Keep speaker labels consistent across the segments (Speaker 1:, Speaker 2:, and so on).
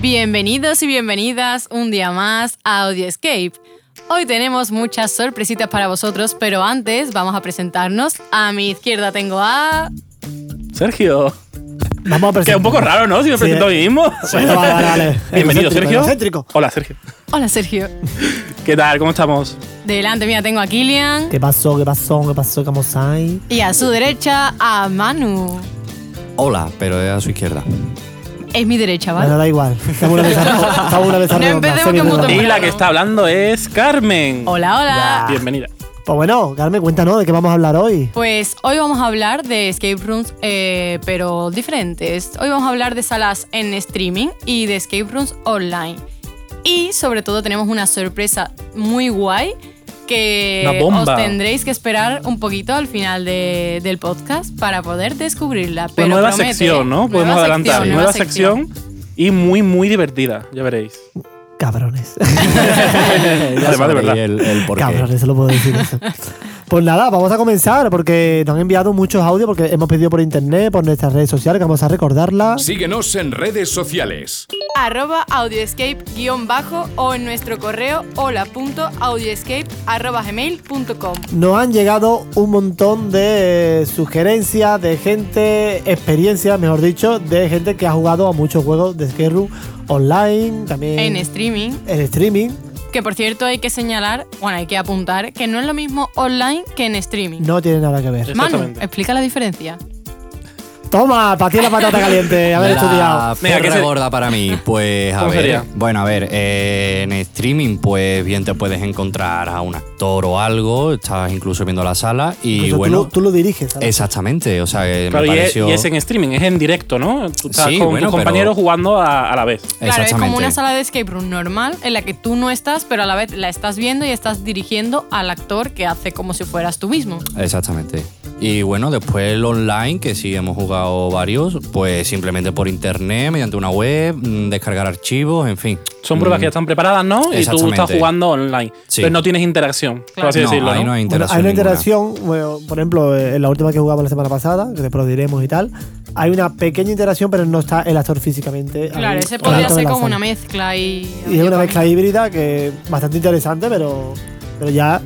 Speaker 1: Bienvenidos y bienvenidas un día más a Audio Escape. Hoy tenemos muchas sorpresitas para vosotros, pero antes vamos a presentarnos. A mi izquierda tengo a...
Speaker 2: Sergio.
Speaker 3: Vamos a
Speaker 2: Que es
Speaker 3: presentar.
Speaker 2: un poco raro, ¿no? Si me
Speaker 3: Sí,
Speaker 2: presento a
Speaker 3: eh.
Speaker 2: mí mismo.
Speaker 3: Bueno, vale, vale, vale.
Speaker 2: Bienvenido,
Speaker 3: Egocéntrico,
Speaker 2: Sergio.
Speaker 3: egocéntrico.
Speaker 2: Hola, Sergio.
Speaker 1: Hola Sergio.
Speaker 2: ¿Qué tal? ¿Cómo estamos?
Speaker 1: Delante mía tengo a Kilian
Speaker 3: ¿Qué pasó? ¿Qué pasó? ¿Qué pasó? ¿Cómo estáis?
Speaker 1: y a su derecha a Manu.
Speaker 4: Hola, pero es a su izquierda.
Speaker 1: Es mi derecha,
Speaker 3: Bueno,
Speaker 1: ¿vale?
Speaker 3: da igual. Estamos una vez a- estamos una vez
Speaker 1: No
Speaker 3: arriba,
Speaker 1: empecemos
Speaker 3: semi
Speaker 1: con
Speaker 3: redonda.
Speaker 1: Hombre,
Speaker 2: Y la
Speaker 1: no.
Speaker 2: que está hablando es Carmen.
Speaker 1: Hola, hola.
Speaker 2: Bienvenida.
Speaker 3: Pues bueno, Carmen, cuéntanos de qué vamos a hablar hoy.
Speaker 1: Pues hoy vamos a hablar de escape rooms, eh, pero diferentes. Hoy vamos a hablar de salas en streaming y de escape rooms online. Y sobre todo tenemos una sorpresa muy guay
Speaker 2: Una
Speaker 1: que
Speaker 2: bomba.
Speaker 1: os tendréis que esperar un poquito al final de- del podcast para poder descubrirla. Pero
Speaker 2: Una nueva
Speaker 1: promete,
Speaker 2: sección, ¿no?
Speaker 1: nueva
Speaker 2: Podemos
Speaker 1: sección,
Speaker 2: adelantar. nueva, sección. y muy, muy divertida. Ya veréis.
Speaker 3: Cabrones.
Speaker 2: Además, de verdad.
Speaker 4: El, el porqué.
Speaker 3: Cabrones, se lo puedo decir eso. Pues nada, vamos a comenzar porque nos han enviado muchos audios porque hemos pedido por internet, por nuestras redes sociales, que vamos a recordarlas.
Speaker 5: Síguenos en redes sociales.
Speaker 1: Arroba audioescape guión bajo o en nuestro correo hola.audioescape arroba gmail punto com.
Speaker 3: Nos han llegado un montón de eh, sugerencias de gente, experiencias, mejor dicho, de gente que ha jugado a muchos juegos de escape room online, también
Speaker 2: Eh.
Speaker 1: En streaming.
Speaker 3: en streaming.
Speaker 1: Que por cierto hay que señalar, bueno, hay que apuntar que no es lo mismo online que en streaming.
Speaker 3: No tiene nada que ver.
Speaker 1: Manu, eh,
Speaker 2: Exactamente.
Speaker 1: explica la diferencia.
Speaker 3: Toma, para ti la patata caliente, haber estudiado.
Speaker 4: La
Speaker 2: Eh, Venga,
Speaker 4: perra
Speaker 2: que se-
Speaker 4: gorda para mí, pues a
Speaker 2: ¿Cómo
Speaker 4: ver.
Speaker 2: sería?
Speaker 4: Bueno, a ver, eh, en streaming, pues bien te puedes encontrar a un actor o algo, estás incluso viendo la sala y
Speaker 3: Incluso tú
Speaker 4: bueno.
Speaker 3: lo- tú, lo diriges. ¿sabes?
Speaker 4: Exactamente, o sea, que
Speaker 2: Claro,
Speaker 4: me
Speaker 2: y es,
Speaker 4: pareció.
Speaker 2: y es en streaming, es en directo, ¿no? Tú estás
Speaker 4: Sí,
Speaker 2: con
Speaker 4: bueno,
Speaker 2: tus compañeros
Speaker 4: pero-
Speaker 2: jugando a, a la vez.
Speaker 1: Claro, es como
Speaker 4: Exactamente.
Speaker 1: una sala de escape room normal en la que tú no estás, pero a la vez la estás viendo y estás dirigiendo al actor que hace como si fueras tú mismo.
Speaker 4: Exactamente. Y bueno, después el online, que sí hemos jugado varios, pues simplemente por internet, mediante una web, mm, descargar archivos, en fin.
Speaker 2: Son pruebas
Speaker 4: Mm.
Speaker 2: que ya están preparadas, ¿no? Y tú estás
Speaker 4: Exactamente.
Speaker 2: jugando online.
Speaker 4: Sí.
Speaker 2: Pero no tienes interacción, por
Speaker 1: Claro.
Speaker 2: así
Speaker 4: no,
Speaker 2: decirlo.
Speaker 4: ahí no
Speaker 3: Bueno,
Speaker 4: hay interacción.
Speaker 3: hay una
Speaker 4: ninguna.
Speaker 3: interacción, bueno, por ejemplo, eh, en la última que jugamos la semana pasada, que después lo diremos y tal, hay una pequeña interacción, pero no está el actor físicamente. ahí,
Speaker 1: Claro, ese
Speaker 3: dentro
Speaker 1: podría
Speaker 3: de
Speaker 1: ser
Speaker 3: la
Speaker 1: como
Speaker 3: sala.
Speaker 1: una mezcla y...
Speaker 3: Y es una mezcla híbrida que es bastante interesante, pero, pero ya.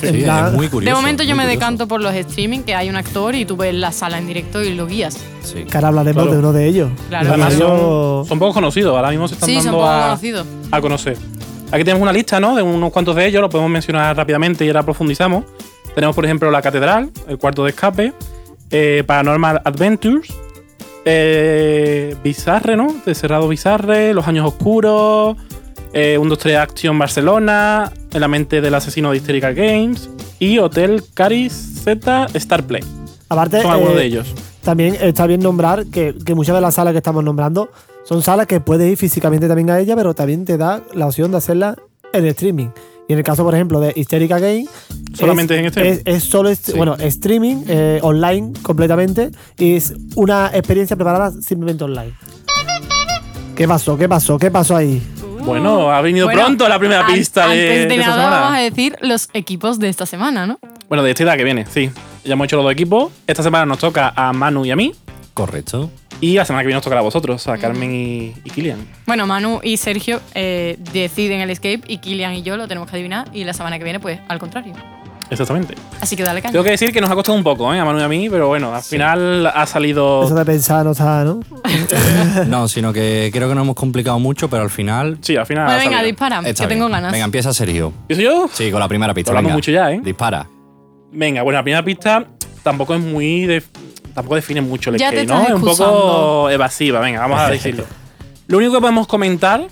Speaker 3: en
Speaker 4: Sí,
Speaker 3: plan-
Speaker 4: es muy curioso.
Speaker 1: De momento yo me
Speaker 4: muy curioso.
Speaker 1: decanto por los streaming, que hay un actor y tú ves la sala en directo y lo guías.
Speaker 4: Sí.
Speaker 3: que ahora hablaremos
Speaker 2: Claro.
Speaker 3: de uno de ellos.
Speaker 1: Claro.
Speaker 3: Uno de
Speaker 2: Además, son,
Speaker 3: ellos-
Speaker 2: son poco conocidos. Ahora mismo se están
Speaker 1: Sí, son
Speaker 2: dando
Speaker 1: poco
Speaker 2: a,
Speaker 1: conocidos.
Speaker 2: a conocer. Aquí tenemos una lista, ¿no? De unos cuantos de ellos, lo podemos mencionar rápidamente y ahora profundizamos. Tenemos, por ejemplo, La Catedral, El Cuarto de Escape, eh, Paranormal Adventures, eh, Bizarre, ¿no? De Cerrado Bizarre, Los Años Oscuros, eh, 1, 2, 3 Action Barcelona, En la mente del asesino de Hysterical Games y Hotel Caris Z Starplay.
Speaker 3: aparte,
Speaker 2: Son algunos
Speaker 3: eh,
Speaker 2: de ellos.
Speaker 3: También está bien nombrar que, que muchas de las salas que estamos nombrando son salas que puedes ir físicamente también a ella, pero también te da la opción de hacerla en streaming. Y en el caso, por ejemplo, de Hysterica Game.
Speaker 2: Solamente
Speaker 3: es,
Speaker 2: en streaming.
Speaker 3: Es, es solo est-
Speaker 4: Sí.
Speaker 3: bueno, streaming, eh, online completamente. Y es una experiencia preparada simplemente online. ¿Qué pasó? ¿Qué pasó? ¿Qué pasó ahí?
Speaker 2: Bueno, ha venido
Speaker 1: Bueno,
Speaker 2: pronto la primera
Speaker 1: an-
Speaker 2: pista de,
Speaker 1: Antes de,
Speaker 2: de esta
Speaker 1: nada
Speaker 2: semana.
Speaker 1: vamos a decir los equipos de esta semana, ¿no?
Speaker 2: Bueno, de esta edad que viene, sí. Ya hemos hecho los dos equipos. Esta semana nos toca a Manu y a mí.
Speaker 4: Correcto.
Speaker 2: Y la semana que viene nos tocará a vosotros, a Carmen y, y Kilian.
Speaker 1: Bueno, Manu y Sergio eh, deciden el escape y Kilian y yo lo tenemos que adivinar y la semana que viene, pues, al contrario.
Speaker 2: Exactamente.
Speaker 1: Así que dale caña.
Speaker 2: Tengo que decir que nos ha costado un poco, ¿eh? A Manu y a mí, pero bueno, al final ha salido.
Speaker 3: Eso de pensar, no está, ¿no?
Speaker 4: No, sino que creo que no hemos complicado mucho, pero al final.
Speaker 2: Sí, al final.
Speaker 1: Bueno,
Speaker 2: ha
Speaker 1: venga,
Speaker 2: salido.
Speaker 1: dispara, que
Speaker 4: está
Speaker 1: tengo
Speaker 4: bien.
Speaker 1: ganas.
Speaker 4: Venga, empieza Sergio.
Speaker 2: ¿Empiezo yo?
Speaker 4: Sí, con la primera pista.
Speaker 2: Hablando
Speaker 4: venga.
Speaker 2: mucho ya, ¿eh?
Speaker 4: Dispara.
Speaker 2: Venga, bueno, la primera pista tampoco es muy. de- tampoco define mucho el
Speaker 1: Ya te
Speaker 2: skate,
Speaker 1: estás
Speaker 2: ¿no? Es un
Speaker 1: excusando.
Speaker 2: poco evasiva, venga, vamos a decirlo. Lo único que podemos comentar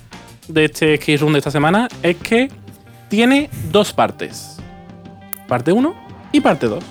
Speaker 2: de este skate room de esta semana es que tiene dos partes: parte 1 y parte 2.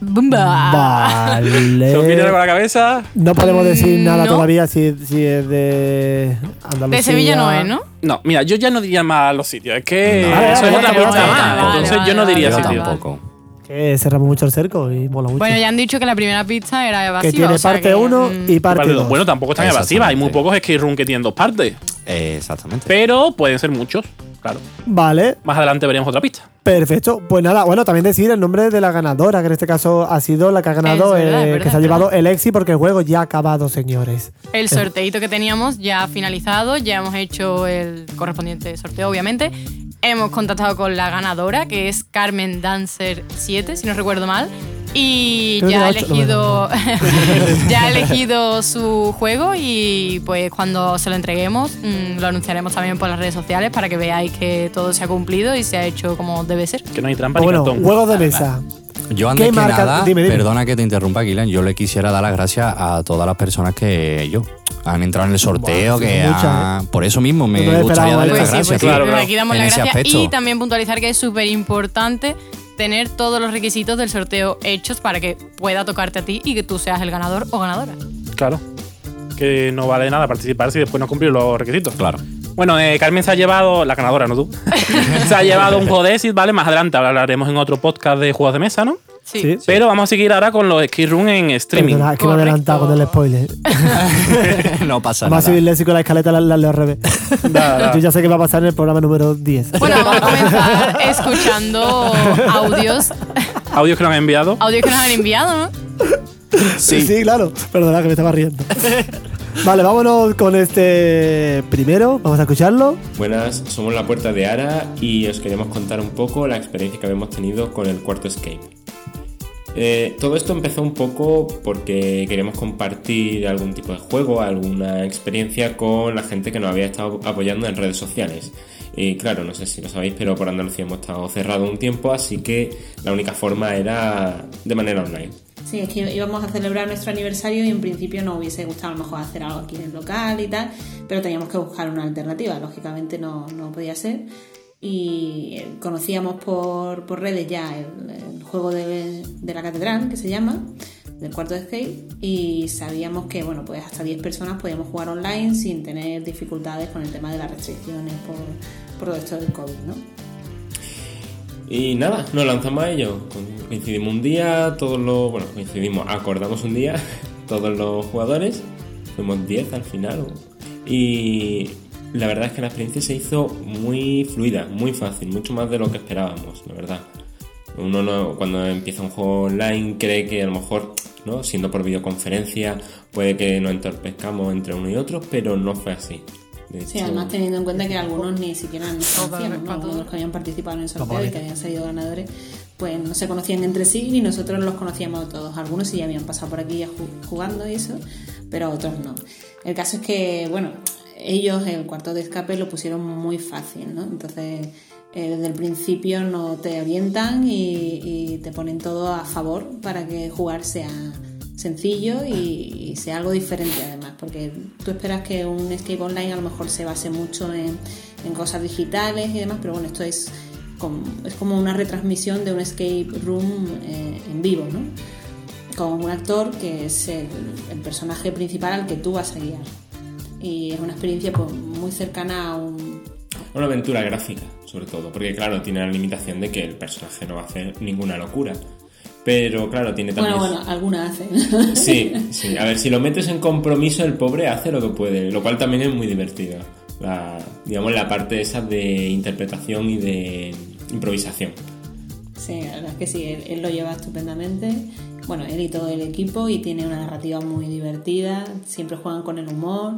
Speaker 1: Bumba.
Speaker 2: ¿Se os viene algo a la
Speaker 3: Vale.
Speaker 2: cabeza?
Speaker 3: No podemos decir nada
Speaker 1: Ah. No.
Speaker 3: todavía si, si es de Andalucía.
Speaker 1: De Sevilla no es, ¿no?
Speaker 2: No, mira, yo ya no diría más los sitios. Es que
Speaker 4: No.
Speaker 2: eso es
Speaker 3: Vale,
Speaker 2: otra
Speaker 3: vale,
Speaker 2: pista
Speaker 3: vale,
Speaker 2: más.
Speaker 4: vale, vale,
Speaker 2: Entonces yo no
Speaker 1: vale,
Speaker 2: diría
Speaker 4: Yo
Speaker 1: vale,
Speaker 2: sitio.
Speaker 1: vale.
Speaker 4: tampoco.
Speaker 3: Que cerramos mucho el cerco y mola mucho.
Speaker 1: Bueno, ya han dicho que la primera pista era evasiva.
Speaker 3: que tiene
Speaker 1: o sea
Speaker 3: parte
Speaker 1: que,
Speaker 3: 1
Speaker 1: mm,
Speaker 3: y parte
Speaker 2: Vale,
Speaker 3: 2.
Speaker 2: bueno, tampoco es tan
Speaker 4: Exactamente.
Speaker 2: evasiva. Hay muy pocos escape room que tienen dos partes.
Speaker 4: Eh, Exactamente.
Speaker 2: Pero pueden ser muchos, claro.
Speaker 3: Vale,
Speaker 2: Más adelante veremos otra pista.
Speaker 3: perfecto. Pues nada, bueno, también decir el nombre de la ganadora, que en este caso ha sido la que ha ganado,
Speaker 1: Es verdad,
Speaker 3: eh,
Speaker 1: es
Speaker 3: que
Speaker 1: verdad,
Speaker 3: se ha
Speaker 1: es
Speaker 3: llevado el Exi porque el juego ya ha acabado, señores. Eh,
Speaker 1: El sorteito que teníamos ya ha finalizado, ya hemos hecho el correspondiente sorteo, obviamente. Hemos contactado con la ganadora, que es Carmen Dancer 7, si no recuerdo mal. Y
Speaker 3: Creo que
Speaker 1: ya ha
Speaker 3: era ocho, no,
Speaker 1: elegido. ya ha elegido su juego. Y pues cuando se lo entreguemos, mm, lo anunciaremos también por las redes sociales para que veáis que todo se ha cumplido y se ha hecho como debe ser.
Speaker 2: Que no hay trampa
Speaker 3: Pues
Speaker 2: ni
Speaker 3: bueno,
Speaker 2: cartón.
Speaker 3: juegos de mesa.
Speaker 4: Yo antes
Speaker 3: ¿Qué
Speaker 4: que
Speaker 3: marca?
Speaker 4: nada,
Speaker 3: Dime, dime.
Speaker 4: perdona que te interrumpa, Kylian, yo le quisiera dar las gracias a todas las personas que yo han entrado en el sorteo,
Speaker 3: Buah,
Speaker 4: que
Speaker 3: muchas, ¿eh?
Speaker 4: han- por eso mismo me
Speaker 3: No me lo
Speaker 4: gustaría
Speaker 3: esperaba,
Speaker 4: darle
Speaker 3: ¿eh?
Speaker 1: Pues
Speaker 4: las
Speaker 1: sí,
Speaker 4: gracias,
Speaker 1: pues sí,
Speaker 4: tío.
Speaker 2: claro, claro.
Speaker 1: aquí damos
Speaker 4: En
Speaker 1: las
Speaker 4: ese
Speaker 1: gracias.
Speaker 4: aspecto.
Speaker 1: Y también puntualizar que es súper importante tener todos los requisitos del sorteo hechos para que pueda tocarte a ti y que tú seas el ganador o ganadora.
Speaker 2: Claro. Que no vale nada participar si después no cumplir los requisitos.
Speaker 4: Claro.
Speaker 2: Bueno, eh, Carmen se ha llevado, la ganadora, no tú, se ha llevado un juego de exit, ¿vale? Más adelante hablaremos en otro podcast de juegos de mesa, ¿no?
Speaker 1: Sí.
Speaker 3: Sí.
Speaker 2: Pero vamos a seguir ahora con los ski room en streaming.
Speaker 3: Perdona, es que me he
Speaker 1: Correcto.
Speaker 3: adelantado con el spoiler.
Speaker 1: Oh.
Speaker 4: no pasa
Speaker 3: Vamos a
Speaker 4: nada.
Speaker 3: subirle así con la escaleta la, la, leo al revés. Yo ya sé que va a pasar en el programa número 10.
Speaker 1: Bueno, vamos a comenzar escuchando audios,
Speaker 2: Audios que nos han enviado.
Speaker 1: audios que nos han enviado, ¿no?
Speaker 3: Sí. sí, claro. Perdona que me estaba riendo. vale, vámonos con este primero. Vamos a escucharlo.
Speaker 6: Buenas, somos La Puerta de Ara y os queremos contar un poco la experiencia que habíamos tenido con el cuarto escape. Eh, todo esto empezó un poco porque queríamos compartir algún tipo de juego, alguna experiencia con la gente que nos había estado apoyando en redes sociales. Y claro, no sé si lo sabéis, pero por Andalucía hemos estado cerrado un tiempo, así que la única forma era de manera online.
Speaker 7: Sí, es que íbamos a celebrar nuestro aniversario y en principio nos hubiese gustado a lo mejor hacer algo aquí en el local y tal, pero teníamos que buscar una alternativa, lógicamente no, no podía ser. Y eh, conocíamos por, por redes ya el, el juego de, de la catedral, que se llama, del cuarto de skate, y sabíamos que, bueno, pues hasta 10 personas podíamos jugar online sin tener dificultades con el tema de las restricciones por, por todo esto del COVID, ¿no?
Speaker 6: Y nada, nos lanzamos a ello. Con- Coincidimos un día, todos los. Bueno, coincidimos, acordamos un día, todos los jugadores. Fuimos 10 al final. o- Y la verdad es que la experiencia se hizo muy fluida, muy fácil, mucho más de lo que esperábamos, la verdad. Uno no- cuando empieza un juego online cree que a lo mejor, ¿no? siendo por videoconferencia, puede que nos entorpezcamos entre uno y otro, pero no fue así. De
Speaker 7: Sí,
Speaker 6: hecho-
Speaker 7: además teniendo en cuenta que algunos ni siquiera nos conocíamos, ¿no? Algunos de los que habían participado en el sorteo y que habían salido ganadores, pues no se conocían entre sí ni nosotros los conocíamos a todos. Algunos sí ya habían pasado por aquí ya ju- jugando y eso, pero otros no. El caso es que, bueno, ellos el cuarto de escape lo pusieron muy fácil, ¿no? Entonces, eh, desde el principio no te orientan y, y te ponen todo a favor para que jugar sea sencillo y, y sea algo diferente además, porque tú esperas que un escape online a lo mejor se base mucho en, en cosas digitales y demás, pero bueno, esto es como, es como una retransmisión de un escape room eh, en vivo, ¿no? Con un actor que es el, el personaje principal al que tú vas a guiar. Y es una experiencia pues, muy cercana a un...
Speaker 6: Una aventura gráfica, sobre todo, porque claro, tiene la limitación de que el personaje no va a hacer ninguna locura. Pero claro, tiene
Speaker 7: Bueno,
Speaker 6: también...
Speaker 7: bueno, alguna hace.
Speaker 6: Sí, sí. A ver, si lo metes en compromiso, el pobre hace lo que puede, lo cual también es muy divertido. La, digamos, la parte esa de interpretación y de improvisación.
Speaker 7: Sí, la verdad es que sí, él, él lo lleva estupendamente. Bueno, él y todo el equipo y tiene una narrativa muy divertida, siempre juegan con el humor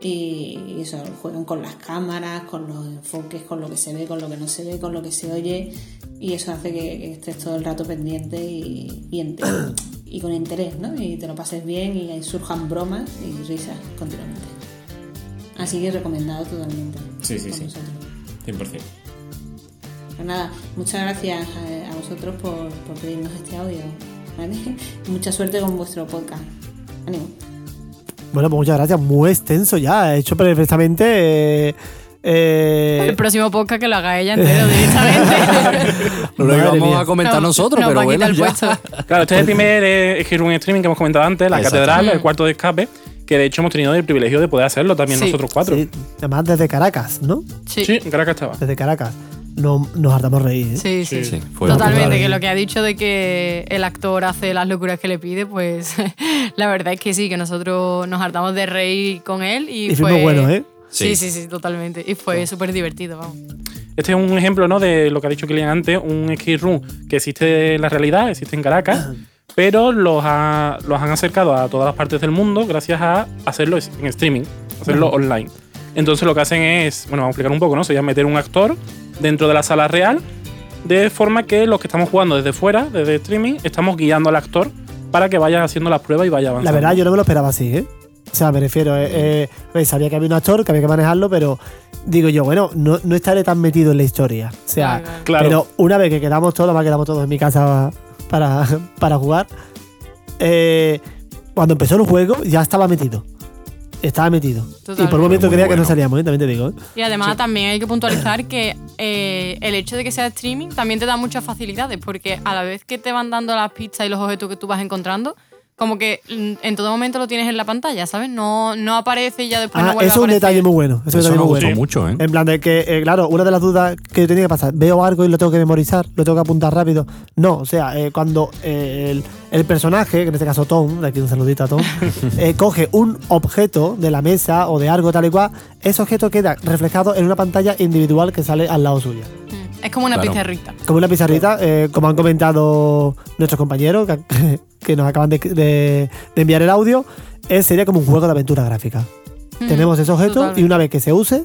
Speaker 7: y, y eso, juegan con las cámaras, con los enfoques, con lo que se ve, con lo que no se ve, con lo que se oye y eso hace que, que estés todo el rato pendiente y, y ent- y con interés, ¿no? Y te lo pases bien y ahí surjan bromas y risas continuamente. Así que recomendado totalmente.
Speaker 6: Sí, sí,
Speaker 7: por
Speaker 6: sí.
Speaker 7: nosotros.
Speaker 6: 100%.
Speaker 7: Pues nada, muchas gracias eh, a vosotros por, por pedirnos este audio. ¿vale? Mucha suerte con vuestro podcast. Ánimo.
Speaker 3: Bueno, pues muchas gracias. Muy extenso ya. He hecho perfectamente eh, Eh,
Speaker 1: El próximo podcast que lo haga ella entero
Speaker 4: Eh,
Speaker 1: directamente.
Speaker 4: No lo
Speaker 3: Madre
Speaker 4: íbamos
Speaker 3: mía.
Speaker 4: a comentar
Speaker 1: No,
Speaker 4: nosotros,
Speaker 1: nos va
Speaker 4: pero
Speaker 1: a
Speaker 4: bueno,
Speaker 1: quitar el
Speaker 4: ya.
Speaker 1: puesto.
Speaker 2: Claro, este es el primer eh, escape room streaming que hemos comentado antes, la
Speaker 4: Exacto.
Speaker 2: catedral, el cuarto de escape, que de hecho hemos tenido el privilegio de poder hacerlo también
Speaker 1: Sí.
Speaker 2: nosotros cuatro.
Speaker 3: sí,
Speaker 2: Sí,
Speaker 3: además, desde Caracas, ¿no?
Speaker 1: Sí.
Speaker 2: en Caracas estaba.
Speaker 3: Desde Caracas. No, nos hartamos reír. ¿eh?
Speaker 1: Sí, sí.
Speaker 4: Sí, fue
Speaker 1: Totalmente,
Speaker 3: brutal.
Speaker 1: que lo que ha dicho de que el actor hace las locuras que le pide, pues la verdad es que sí, que nosotros nos hartamos de reír con él y,
Speaker 3: Y
Speaker 1: fue
Speaker 3: fuimos buenos, ¿eh?
Speaker 1: Sí,
Speaker 4: Sí.
Speaker 1: sí, sí, totalmente. Y fue súper divertido, vamos.
Speaker 2: Este es un ejemplo ¿no? de lo que ha dicho Kilian antes, un escape room que existe en la realidad, existe en Caracas, pero los, ha- los han acercado a todas las partes del mundo gracias a hacerlo en streaming, hacerlo online. Entonces lo que hacen es, bueno, vamos a explicar un poco, ¿no? Sería meter un actor dentro de la sala real, de forma que los que estamos jugando desde fuera, desde streaming, estamos guiando al actor para que vaya haciendo las pruebas y vaya
Speaker 3: La
Speaker 2: avanzando.
Speaker 3: verdad, yo no me lo esperaba así, ¿eh? O sea, me refiero, eh, eh, a ver, sabía que había un actor, que había que manejarlo, pero digo yo, bueno, no, no estaré tan metido en la historia. O sea,
Speaker 1: Claro, claro.
Speaker 2: Claro.
Speaker 3: pero una vez que quedamos todos, además quedamos todos en mi casa para, para jugar, eh, cuando empezó el juego ya estaba metido. Estaba metido. Y por
Speaker 1: Totalmente.
Speaker 3: un momento
Speaker 4: Muy
Speaker 3: creía que
Speaker 4: bueno.
Speaker 3: no salíamos, ¿eh? también te digo. ¿eh?
Speaker 1: Y además también hay que puntualizar que eh, el hecho de que sea streaming también te da muchas facilidades, porque a la vez que te van dando las pistas y los objetos que tú vas encontrando, como que mm, en todo momento lo tienes en la pantalla, ¿sabes? No, no aparece y ya después no
Speaker 3: Ah,
Speaker 1: vuelve
Speaker 3: eso es
Speaker 1: a
Speaker 3: un
Speaker 1: aparecer.
Speaker 3: detalle muy bueno. Eso, es un
Speaker 4: Eso
Speaker 3: detalle
Speaker 4: nos
Speaker 3: muy
Speaker 4: gustó
Speaker 3: bueno.
Speaker 4: mucho, ¿eh?
Speaker 3: En plan de que, eh, claro, una de las dudas que yo tenía que pasar, veo algo y lo tengo que memorizar, lo tengo que apuntar rápido. No, o sea, eh, cuando eh, el, el personaje, que en este caso Tom, de aquí un saludito a Tom, eh, coge un objeto de la mesa o de algo tal y cual, ese objeto queda reflejado en una pantalla individual que sale al lado suya.
Speaker 1: Mm, Es como una
Speaker 4: Claro.
Speaker 1: pista rita.
Speaker 3: Como una pizarrita, eh, como han comentado nuestros compañeros que, que nos acaban de, de- de enviar el audio, eh, sería como un juego de aventura gráfica. Tenemos ese objeto y
Speaker 1: totalmente.
Speaker 3: una vez que se use,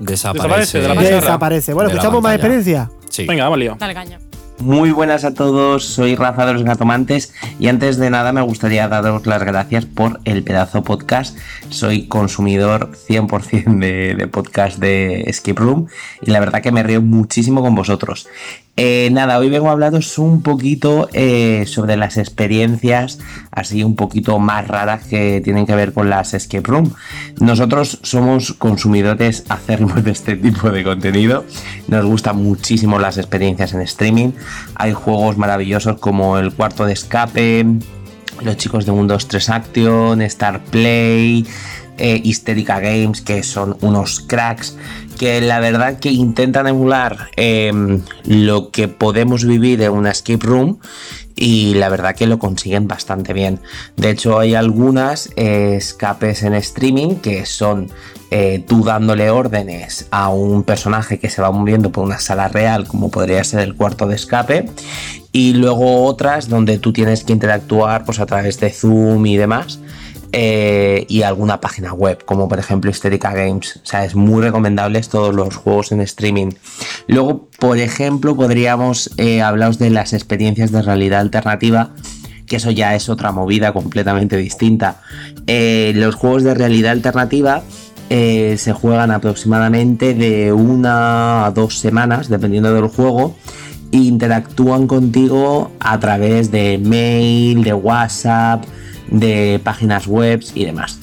Speaker 4: Desaparece.
Speaker 2: de la pantalla.
Speaker 3: desaparece. Bueno,
Speaker 4: De la
Speaker 3: escuchamos más
Speaker 4: pantalla.
Speaker 3: experiencia.
Speaker 4: Sí.
Speaker 2: Venga, vamos al lío.
Speaker 1: Dale caña.
Speaker 8: Muy buenas a todos, soy Rafa de los Gatomantes y antes de nada me gustaría daros las gracias por el pedazo podcast. Soy consumidor 100% de, de podcast de Skip Room y la verdad que me río muchísimo con vosotros. Eh, nada, hoy vengo a hablaros un poquito eh, sobre las experiencias así un poquito más raras que tienen que ver con las Escape Room. Nosotros somos consumidores acérrimos de este tipo de contenido. Nos gustan muchísimo las experiencias en streaming. Hay juegos maravillosos como El Cuarto de Escape, los chicos de Windows 3 Action, Star Play, eh, Hysterica Games, que son unos cracks, que la verdad que intentan emular eh, lo que podemos vivir en una escape room y la verdad que lo consiguen bastante bien. De hecho, hay algunas eh, escapes en streaming que son eh, tú dándole órdenes a un personaje que se va moviendo por una sala real, como podría ser el cuarto de escape, y luego otras donde tú tienes que interactuar pues, a través de Zoom y demás. eh, y alguna página web, como por ejemplo Hysterica Games. O sea, es muy recomendables todos los juegos en streaming. Luego, por ejemplo, podríamos eh, hablaros de las experiencias de realidad alternativa, que eso ya es otra movida completamente distinta. Eh, los juegos de realidad alternativa eh, se juegan aproximadamente de una a dos semanas, dependiendo del juego, e interactúan contigo a través de mail, de WhatsApp, de páginas web y demás.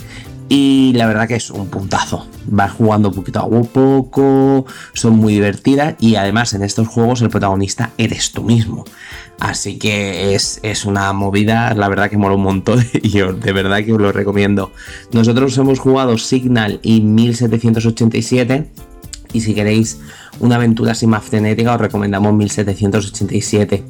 Speaker 8: Y la verdad que es un puntazo. Vas jugando poquito a poco, son muy divertidas y además en estos juegos el protagonista eres tú mismo. Así que es, es una movida, la verdad que mola un montón y yo de verdad que os lo recomiendo. Nosotros hemos jugado Signal y 1787. Y si queréis una aventura sin más frenética, os recomendamos 1787.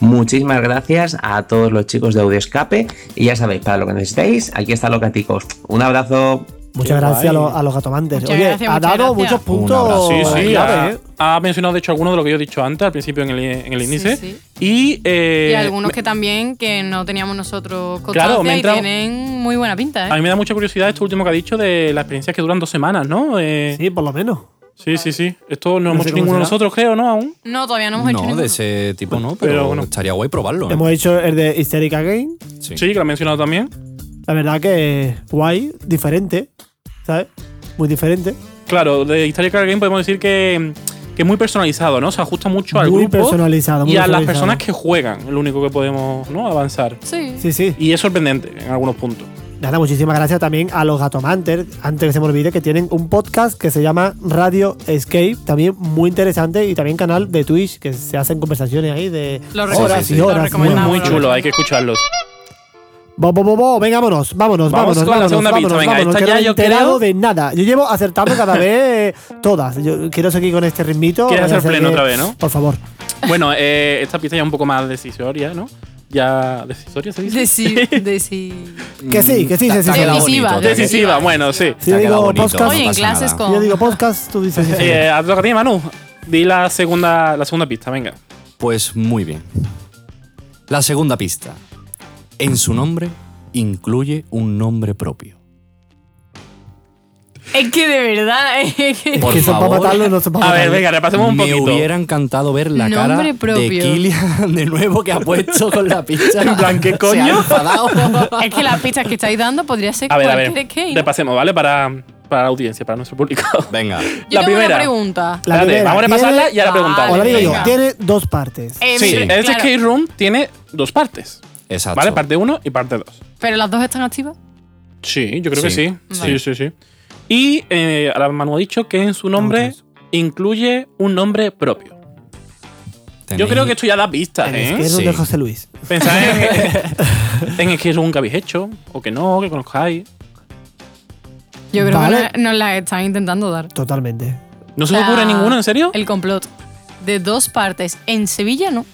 Speaker 8: Muchísimas gracias a todos los chicos de Audio Escape. Y ya sabéis, para lo que necesitéis, aquí están los gaticos. Un abrazo.
Speaker 3: Muchas
Speaker 2: Qué guay.
Speaker 3: gracias a los, a los gatomantes.
Speaker 1: Muchas
Speaker 3: Oye,
Speaker 1: gracias,
Speaker 3: ha
Speaker 1: muchas
Speaker 3: dado
Speaker 1: gracias.
Speaker 3: muchos
Speaker 4: Un
Speaker 3: puntos.
Speaker 4: abrazo.
Speaker 2: Sí, sí,
Speaker 3: clave, ¿eh?
Speaker 2: ha, ha mencionado de hecho algunos de lo que yo he dicho antes, al principio en el, en el
Speaker 1: Sí,
Speaker 2: índice.
Speaker 1: sí.
Speaker 2: Y, eh,
Speaker 1: y algunos que también que no teníamos nosotros constancia
Speaker 2: Claro, me ha
Speaker 1: y
Speaker 2: entrado-
Speaker 1: tienen muy buena pinta, ¿eh?
Speaker 2: A mí me da mucha curiosidad esto último que ha dicho de las experiencias que duran dos semanas, ¿no? Eh,
Speaker 3: Sí, por lo menos.
Speaker 2: sí, sí, sí. Esto no, hemos
Speaker 3: sé
Speaker 2: hecho
Speaker 3: cómo
Speaker 2: ninguno de
Speaker 3: será.
Speaker 2: nosotros, creo, ¿no? Aún.
Speaker 1: No, todavía no hemos hecho
Speaker 4: No,
Speaker 1: ninguno.
Speaker 4: de ese tipo no, pero,
Speaker 2: Pero bueno.
Speaker 4: estaría guay probarlo. ¿eh?
Speaker 3: Hemos hecho el de Hysterica Game.
Speaker 4: Sí.
Speaker 2: Sí, que lo ha mencionado también.
Speaker 3: La verdad que guay, diferente, ¿sabes? Muy diferente.
Speaker 2: Claro, de Historical Game podemos decir que, que es muy personalizado, ¿no? Se ajusta mucho al
Speaker 3: muy
Speaker 2: grupo
Speaker 3: personalizado. muy
Speaker 2: y a las
Speaker 3: personalizado.
Speaker 2: personas que juegan, lo único que podemos ¿no? avanzar.
Speaker 1: Sí.
Speaker 3: Sí, sí.
Speaker 2: Y es sorprendente en algunos puntos.
Speaker 3: Nada, muchísimas gracias también a los gatomanters, antes que se me olvide, que tienen un podcast que se llama Radio Escape, también muy interesante, y también canal de Twitch, que se hacen conversaciones ahí de
Speaker 1: Lo
Speaker 3: horas
Speaker 1: recomendamos,
Speaker 3: y
Speaker 1: lo
Speaker 3: horas.
Speaker 2: Muy,
Speaker 1: recomendamos.
Speaker 2: muy chulo, hay que escucharlos.
Speaker 3: Bo, bo, bo, bo, venga, vámonos, vámonos,
Speaker 2: Vamos
Speaker 3: vámonos.
Speaker 2: con la
Speaker 3: vámonos,
Speaker 2: segunda
Speaker 3: vámonos,
Speaker 2: pista, venga,
Speaker 3: vámonos,
Speaker 2: esta
Speaker 3: que
Speaker 2: ya
Speaker 3: no he
Speaker 2: yo
Speaker 3: enterado
Speaker 2: creo-
Speaker 3: de nada. Yo llevo acertando cada vez eh, todas. Yo quiero seguir con este ritmito.
Speaker 2: Quieres
Speaker 3: vaya a
Speaker 2: hacer
Speaker 3: ser
Speaker 2: pleno
Speaker 3: que-
Speaker 2: otra vez, ¿no?
Speaker 3: Por favor.
Speaker 2: Bueno, eh, esta pista ya es un poco más decisoria, ¿no? Ya. ¿Decisoria se dice?
Speaker 1: De sí, de sí.
Speaker 3: Que sí, que sí,
Speaker 2: Mm,
Speaker 3: sí, sí,
Speaker 4: Te- te ha
Speaker 3: sí.
Speaker 1: Decisiva,
Speaker 4: quedado bonito, te ha quedado-
Speaker 2: Decisiva, bueno, sí.
Speaker 3: Sí,
Speaker 4: te ha
Speaker 3: digo,
Speaker 4: quedado bonito,
Speaker 3: podcast.
Speaker 4: no
Speaker 1: Oye, en
Speaker 4: pasa
Speaker 1: clases
Speaker 4: nada.
Speaker 1: con-
Speaker 3: Yo digo podcast, tú dices. sí, sí.
Speaker 2: Eh, haz lo que a ti, Manu. Di la segunda, la segunda pista, venga.
Speaker 4: Pues muy bien. La segunda pista. En su nombre incluye un nombre propio.
Speaker 1: Es que de verdad. Es que...
Speaker 4: Por
Speaker 3: que son para
Speaker 4: favor.
Speaker 3: matarlo, no son para
Speaker 2: A ver,
Speaker 3: matarlo.
Speaker 2: venga, repasemos un
Speaker 4: Me
Speaker 2: poquito.
Speaker 4: hubiera encantado ver la cara
Speaker 1: Nombre propio.
Speaker 4: de Kilian de nuevo que ha puesto con la pizza.
Speaker 2: En plan, ¿qué
Speaker 4: Se ha
Speaker 2: coño?
Speaker 4: enfadado.
Speaker 1: Es que las pistas que estáis dando podría ser
Speaker 2: A ver, a
Speaker 1: cualquier
Speaker 2: ver.
Speaker 1: skate, ¿no?
Speaker 2: Repasemos, ¿vale? Para, para la audiencia, para nuestro público.
Speaker 4: Venga.
Speaker 1: Yo
Speaker 2: la
Speaker 1: tengo
Speaker 2: primera.
Speaker 1: una pregunta.
Speaker 3: La
Speaker 2: Espérate,
Speaker 3: primera
Speaker 2: vamos a repasarla
Speaker 3: tiene-
Speaker 2: y ahora preguntamos.
Speaker 3: Os la digo yo,
Speaker 1: Venga.
Speaker 3: tiene dos partes.
Speaker 1: Eh,
Speaker 2: Sí,
Speaker 1: pero-
Speaker 2: el
Speaker 1: claro,
Speaker 2: Escape Room tiene dos partes.
Speaker 4: Exacto.
Speaker 2: ¿Vale? Parte 1 y parte 2.
Speaker 1: pero las dos están activas.
Speaker 2: Sí, yo creo que
Speaker 4: Sí,
Speaker 2: sí. Sí,
Speaker 4: sí.
Speaker 2: sí, sí. Y eh, ahora Manu ha dicho que en su nombre
Speaker 3: Otros.
Speaker 2: incluye un nombre propio. Yo
Speaker 4: Tenéis-
Speaker 2: creo que esto ya da pistas,
Speaker 3: El
Speaker 2: ¿eh?
Speaker 3: izquierdo
Speaker 4: Sí.
Speaker 3: de José Luis.
Speaker 2: Pensad en, en Escape Room que habéis hecho, o que no, que conozcáis.
Speaker 1: Yo creo
Speaker 3: Vale.
Speaker 1: que no- nos las están intentando dar.
Speaker 3: Totalmente.
Speaker 2: ¿No se os ocurre
Speaker 1: Ah,
Speaker 2: ninguno, en serio?
Speaker 1: El complot de dos partes en Sevilla, ¿no?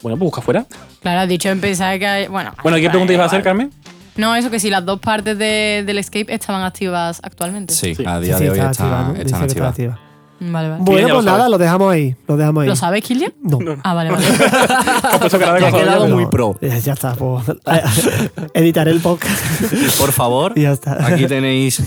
Speaker 2: Bueno, pues busca afuera.
Speaker 1: Claro, has dicho empezar que hay- Bueno,
Speaker 2: Bueno, ¿qué
Speaker 1: vale,
Speaker 2: pregunta ibas a hacer,
Speaker 1: vale.
Speaker 2: Carmen?
Speaker 1: No, eso que sí, las dos partes de- del escape estaban activas actualmente.
Speaker 4: Sí,
Speaker 2: Sí.
Speaker 4: a día
Speaker 3: Sí, sí,
Speaker 4: de hoy
Speaker 3: está
Speaker 4: está,
Speaker 3: activa, ¿no? Dice
Speaker 4: están
Speaker 3: que está
Speaker 4: activas.
Speaker 3: activa.
Speaker 1: Vale, vale.
Speaker 2: Bien,
Speaker 3: Bueno,
Speaker 2: ya
Speaker 3: pues
Speaker 2: lo
Speaker 3: nada,
Speaker 2: sabes.
Speaker 3: lo dejamos ahí. Lo dejamos ahí.
Speaker 1: ¿Lo sabes, Kilian?
Speaker 3: No.
Speaker 1: Ah, vale, vale.
Speaker 2: Has puesto cara de
Speaker 4: Ya ha
Speaker 2: cojo.
Speaker 4: quedado
Speaker 3: Pero-
Speaker 4: muy pro.
Speaker 3: Ya, ya está, pues. Editaré el podcast.
Speaker 4: Por favor,
Speaker 3: Y ya está.
Speaker 4: aquí tenéis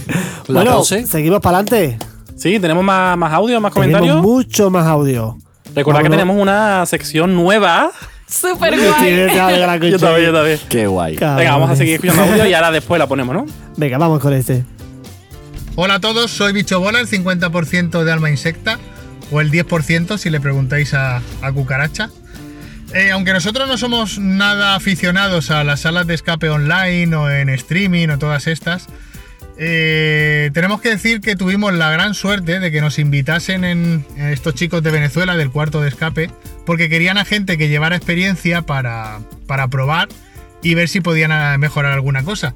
Speaker 4: la
Speaker 3: bueno,
Speaker 4: pose.
Speaker 3: seguimos para adelante.
Speaker 2: Sí, tenemos más, más audio, más
Speaker 3: Tenemos
Speaker 2: comentarios.
Speaker 3: mucho más audio.
Speaker 2: Recordad que
Speaker 3: Vámonos.
Speaker 2: tenemos una sección nueva.
Speaker 1: Súper
Speaker 3: Tiene
Speaker 1: guay.
Speaker 3: que haber gran
Speaker 2: Yo también, yo también.
Speaker 4: Qué guay.
Speaker 3: Cabrones.
Speaker 2: Venga, vamos a seguir escuchando audio y ahora después la ponemos, ¿no?
Speaker 3: Venga, vamos con este.
Speaker 9: Hola a todos, soy Bicho Bola, el 50% de Alma Insecta, o el 10% si le preguntáis a, a Cucaracha. Eh, aunque nosotros no somos nada aficionados a las salas de escape online o en streaming o todas estas, eh, tenemos que decir que tuvimos la gran suerte de que nos invitasen en eh, estos chicos de Venezuela del cuarto de escape, porque querían a gente que llevara experiencia para, para probar y ver si podían ah, mejorar alguna cosa.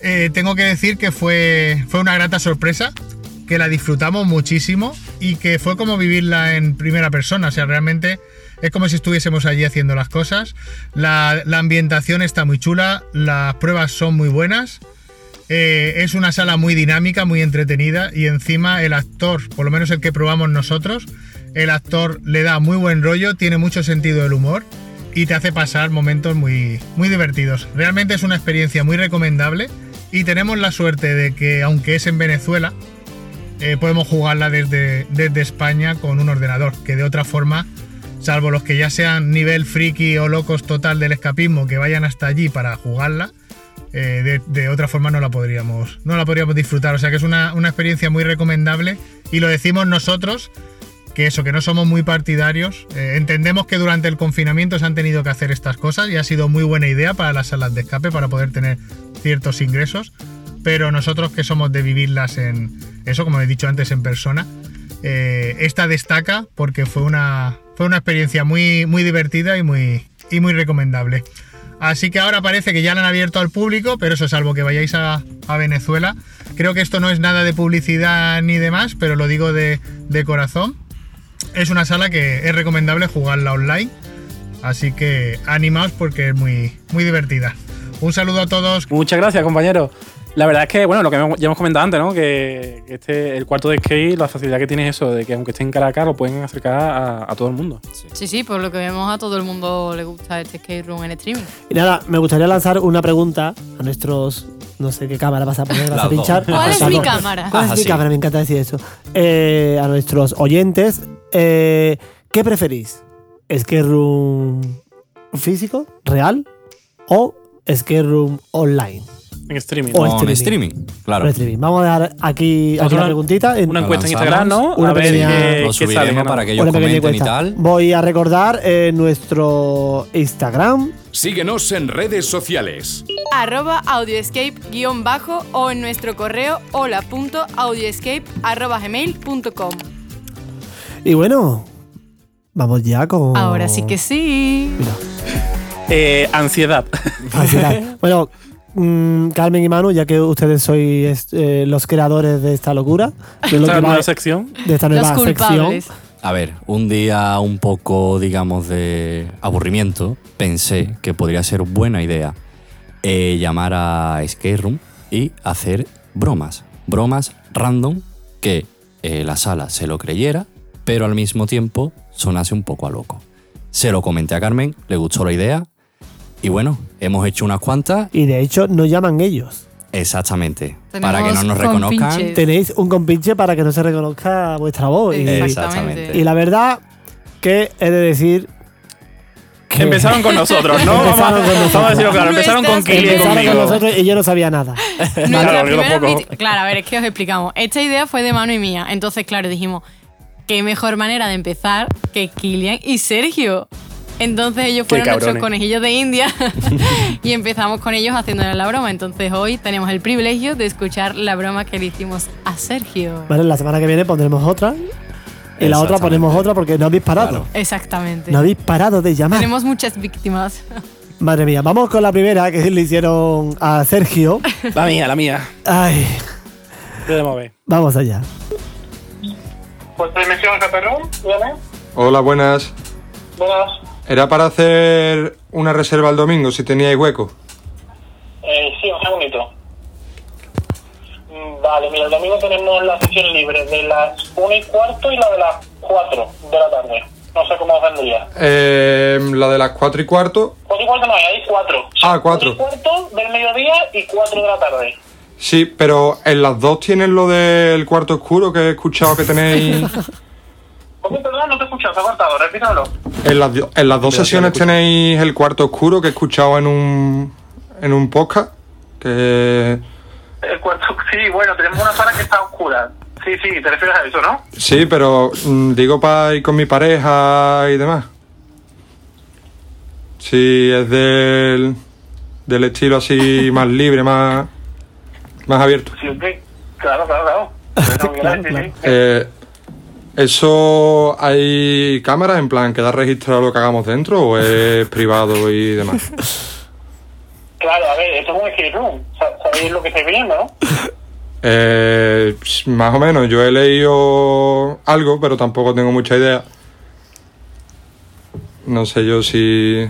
Speaker 9: Eh, tengo que decir que fue, fue una grata sorpresa, que la disfrutamos muchísimo y que fue como vivirla en primera persona. O sea, realmente es como si estuviésemos allí haciendo las cosas. La, la ambientación está muy chula, las pruebas son muy buenas. Eh, es una sala muy dinámica, muy entretenida y encima el actor, por lo menos el que probamos nosotros, el actor le da muy buen rollo, tiene mucho sentido del humor y te hace pasar momentos muy, muy divertidos. Realmente es una experiencia muy recomendable y tenemos la suerte de que, aunque es en Venezuela, eh, podemos jugarla desde, desde España con un ordenador, que de otra forma, salvo los que ya sean nivel friki o locos total del escapismo, que vayan hasta allí para jugarla, eh, de, de otra forma no la podríamos no la podríamos disfrutar o sea que es una, una experiencia muy recomendable y lo decimos nosotros que eso que no somos muy partidarios eh, entendemos que durante el confinamiento se han tenido que hacer estas cosas y ha sido muy buena idea para las salas de escape para poder tener ciertos ingresos pero nosotros que somos de vivirlas en eso como he dicho antes en persona eh, esta destaca porque fue una fue una experiencia muy muy divertida y muy y muy recomendable Así que ahora parece que ya la han abierto al público, pero eso, salvo que vayáis a, a Venezuela. Creo que esto no es nada de publicidad ni demás, pero lo digo de, de corazón. Es una sala que es recomendable jugarla online. Así que animaos porque es muy, muy divertida. Un saludo a todos.
Speaker 2: Muchas gracias, compañero. La verdad es que, bueno, lo que hemos- ya hemos comentado antes, ¿no? Que, que este, el cuarto de skate, la facilidad que tiene es eso, de que aunque esté en Caracas, lo pueden acercar a, a todo el mundo.
Speaker 1: Sí, sí, por lo que vemos a todo el mundo le gusta este skate room en streaming.
Speaker 3: Y nada, me gustaría lanzar una pregunta a nuestros. No sé qué cámara vas a poner, vas
Speaker 4: Las
Speaker 3: a
Speaker 4: dos.
Speaker 3: pinchar.
Speaker 1: ¿Cuál es
Speaker 3: Las
Speaker 1: mi
Speaker 3: dos.
Speaker 1: cámara?
Speaker 3: ¿Cuál es
Speaker 4: Ajá,
Speaker 3: mi
Speaker 4: sí.
Speaker 3: cámara? Me encanta decir eso. Eh, a nuestros oyentes, eh, ¿qué preferís? ¿Escape room físico, real? ¿O escape room online?
Speaker 2: En streaming.
Speaker 3: O
Speaker 2: ¿no?
Speaker 4: Con
Speaker 3: streaming.
Speaker 4: streaming, claro.
Speaker 3: Por streaming. Vamos a dejar aquí, aquí
Speaker 2: Otra-
Speaker 3: la preguntita. en-
Speaker 2: Una
Speaker 4: Lo
Speaker 2: encuesta en
Speaker 4: lanzamos,
Speaker 2: Instagram, ¿no?
Speaker 3: una
Speaker 2: a ver
Speaker 3: pequeña-
Speaker 2: qué,
Speaker 4: Lo
Speaker 2: qué sale. ¿no?
Speaker 4: subiremos para que ellos
Speaker 3: Una pequeña
Speaker 4: comenten y
Speaker 3: encuesta.
Speaker 4: tal.
Speaker 3: Voy a recordar eh, nuestro Instagram,
Speaker 5: Síguenos en redes sociales.
Speaker 1: Arroba audioescape guión bajo o en nuestro correo hola.audioescape arroba gmail.com.
Speaker 3: Y bueno, vamos ya con.
Speaker 1: Ahora sí que sí.
Speaker 2: Eh, ansiedad.
Speaker 3: Ansiedad. bueno, mm, Carmen y Manu, ya que ustedes sois eh, los creadores de esta locura, de, lo
Speaker 2: Esta
Speaker 3: que va-
Speaker 2: nueva sección.
Speaker 3: de esta nueva
Speaker 1: Los
Speaker 3: sección.
Speaker 1: culpables.
Speaker 4: A ver, un día un poco, digamos, de aburrimiento,
Speaker 3: Mm.
Speaker 4: pensé que podría ser buena idea eh, llamar a Escape Room y hacer bromas. Bromas random que eh, la sala se lo creyera, pero al mismo tiempo sonase un poco a loco. Se lo comenté a Carmen, le gustó la idea y bueno, hemos hecho unas cuantas
Speaker 3: Y de hecho, no llaman ellos.
Speaker 4: exactamente
Speaker 1: Tenemos
Speaker 4: para que no nos reconozcan.
Speaker 1: compinches.
Speaker 3: Tenéis un compinche para que no se reconozca vuestra voz. Y,
Speaker 4: Exactamente.
Speaker 3: y la verdad que he de decir. que-
Speaker 2: Empezaron con nosotros, ¿no? Vamos a,
Speaker 3: Empezaron con
Speaker 2: vamos a decirlo claro. Empezaron con
Speaker 1: Nuestras
Speaker 2: Kili y
Speaker 3: Empezaron con
Speaker 2: conmigo.
Speaker 3: nosotros y yo no sabía nada.
Speaker 1: Nuestra
Speaker 2: Claro, yo
Speaker 1: primera
Speaker 2: tampoco.
Speaker 1: miti- claro, a ver, es que os explicamos. Esta idea fue de mano y mía. Entonces, claro, dijimos, qué mejor manera de empezar que Kilian y Sergio. Entonces ellos fueron nuestros
Speaker 2: cabrones.
Speaker 1: conejillos de India y empezamos con ellos haciéndole la broma. Entonces hoy tenemos el privilegio de escuchar la broma que le hicimos a Sergio.
Speaker 3: Vale, la semana que viene pondremos otra. Y la otra
Speaker 4: Exactamente.
Speaker 3: ponemos otra porque no habéis parado.
Speaker 1: Exactamente.
Speaker 3: No habéis parado de llamar.
Speaker 1: Tenemos muchas víctimas.
Speaker 3: Madre mía, vamos con la primera que le hicieron a Sergio.
Speaker 2: La mía, la mía.
Speaker 3: Ay,
Speaker 2: Tenemos ver.
Speaker 3: vamos allá.
Speaker 10: Pues Dimensión Caperón, dígame.
Speaker 11: Hola, buenas.
Speaker 10: Buenas.
Speaker 11: Era para hacer una reserva el domingo, si teníais hueco.
Speaker 10: Eh, sí, un segundito. Mm, Vale, mira, el domingo tenemos la sesión libre de las 1 y cuarto y la de las 4 de la tarde. No sé cómo os vendría.
Speaker 11: Eh, la de las cuatro y cuarto.
Speaker 10: 4 y cuarto no hay, hay 4. 4
Speaker 11: Ah,
Speaker 10: y
Speaker 11: cuatro.
Speaker 10: cuarto del mediodía y 4 de la tarde.
Speaker 11: Sí, pero en las dos tienen lo del cuarto oscuro que he escuchado que tenéis.
Speaker 10: Oye, Pues perdón, no te he escuchado, se ha cortado, repítalo.
Speaker 11: En las, do- en las dos sesiones tenéis el cuarto oscuro que he escuchado en un, en un podcast. Que.
Speaker 10: El cuarto, Eh, sí, bueno, tenemos una sala que está oscura. Sí, sí, te refieres a eso, ¿no?
Speaker 11: Sí, pero mm, digo para ir con mi pareja y demás. Sí, es del, del estilo así más libre, más, más abierto.
Speaker 10: Sí, ok. Claro, claro, claro. Bueno, mira, sí, sí.
Speaker 11: Eh, ¿Eso hay cámaras en plan que da registrado lo que hagamos dentro o es privado y demás?
Speaker 10: Claro, a ver, esto es un escape room. Sa- Sabéis lo que estáis viendo, ¿no?
Speaker 11: Eh, ps, más o menos, yo he leído algo, pero tampoco tengo mucha idea. No sé yo si...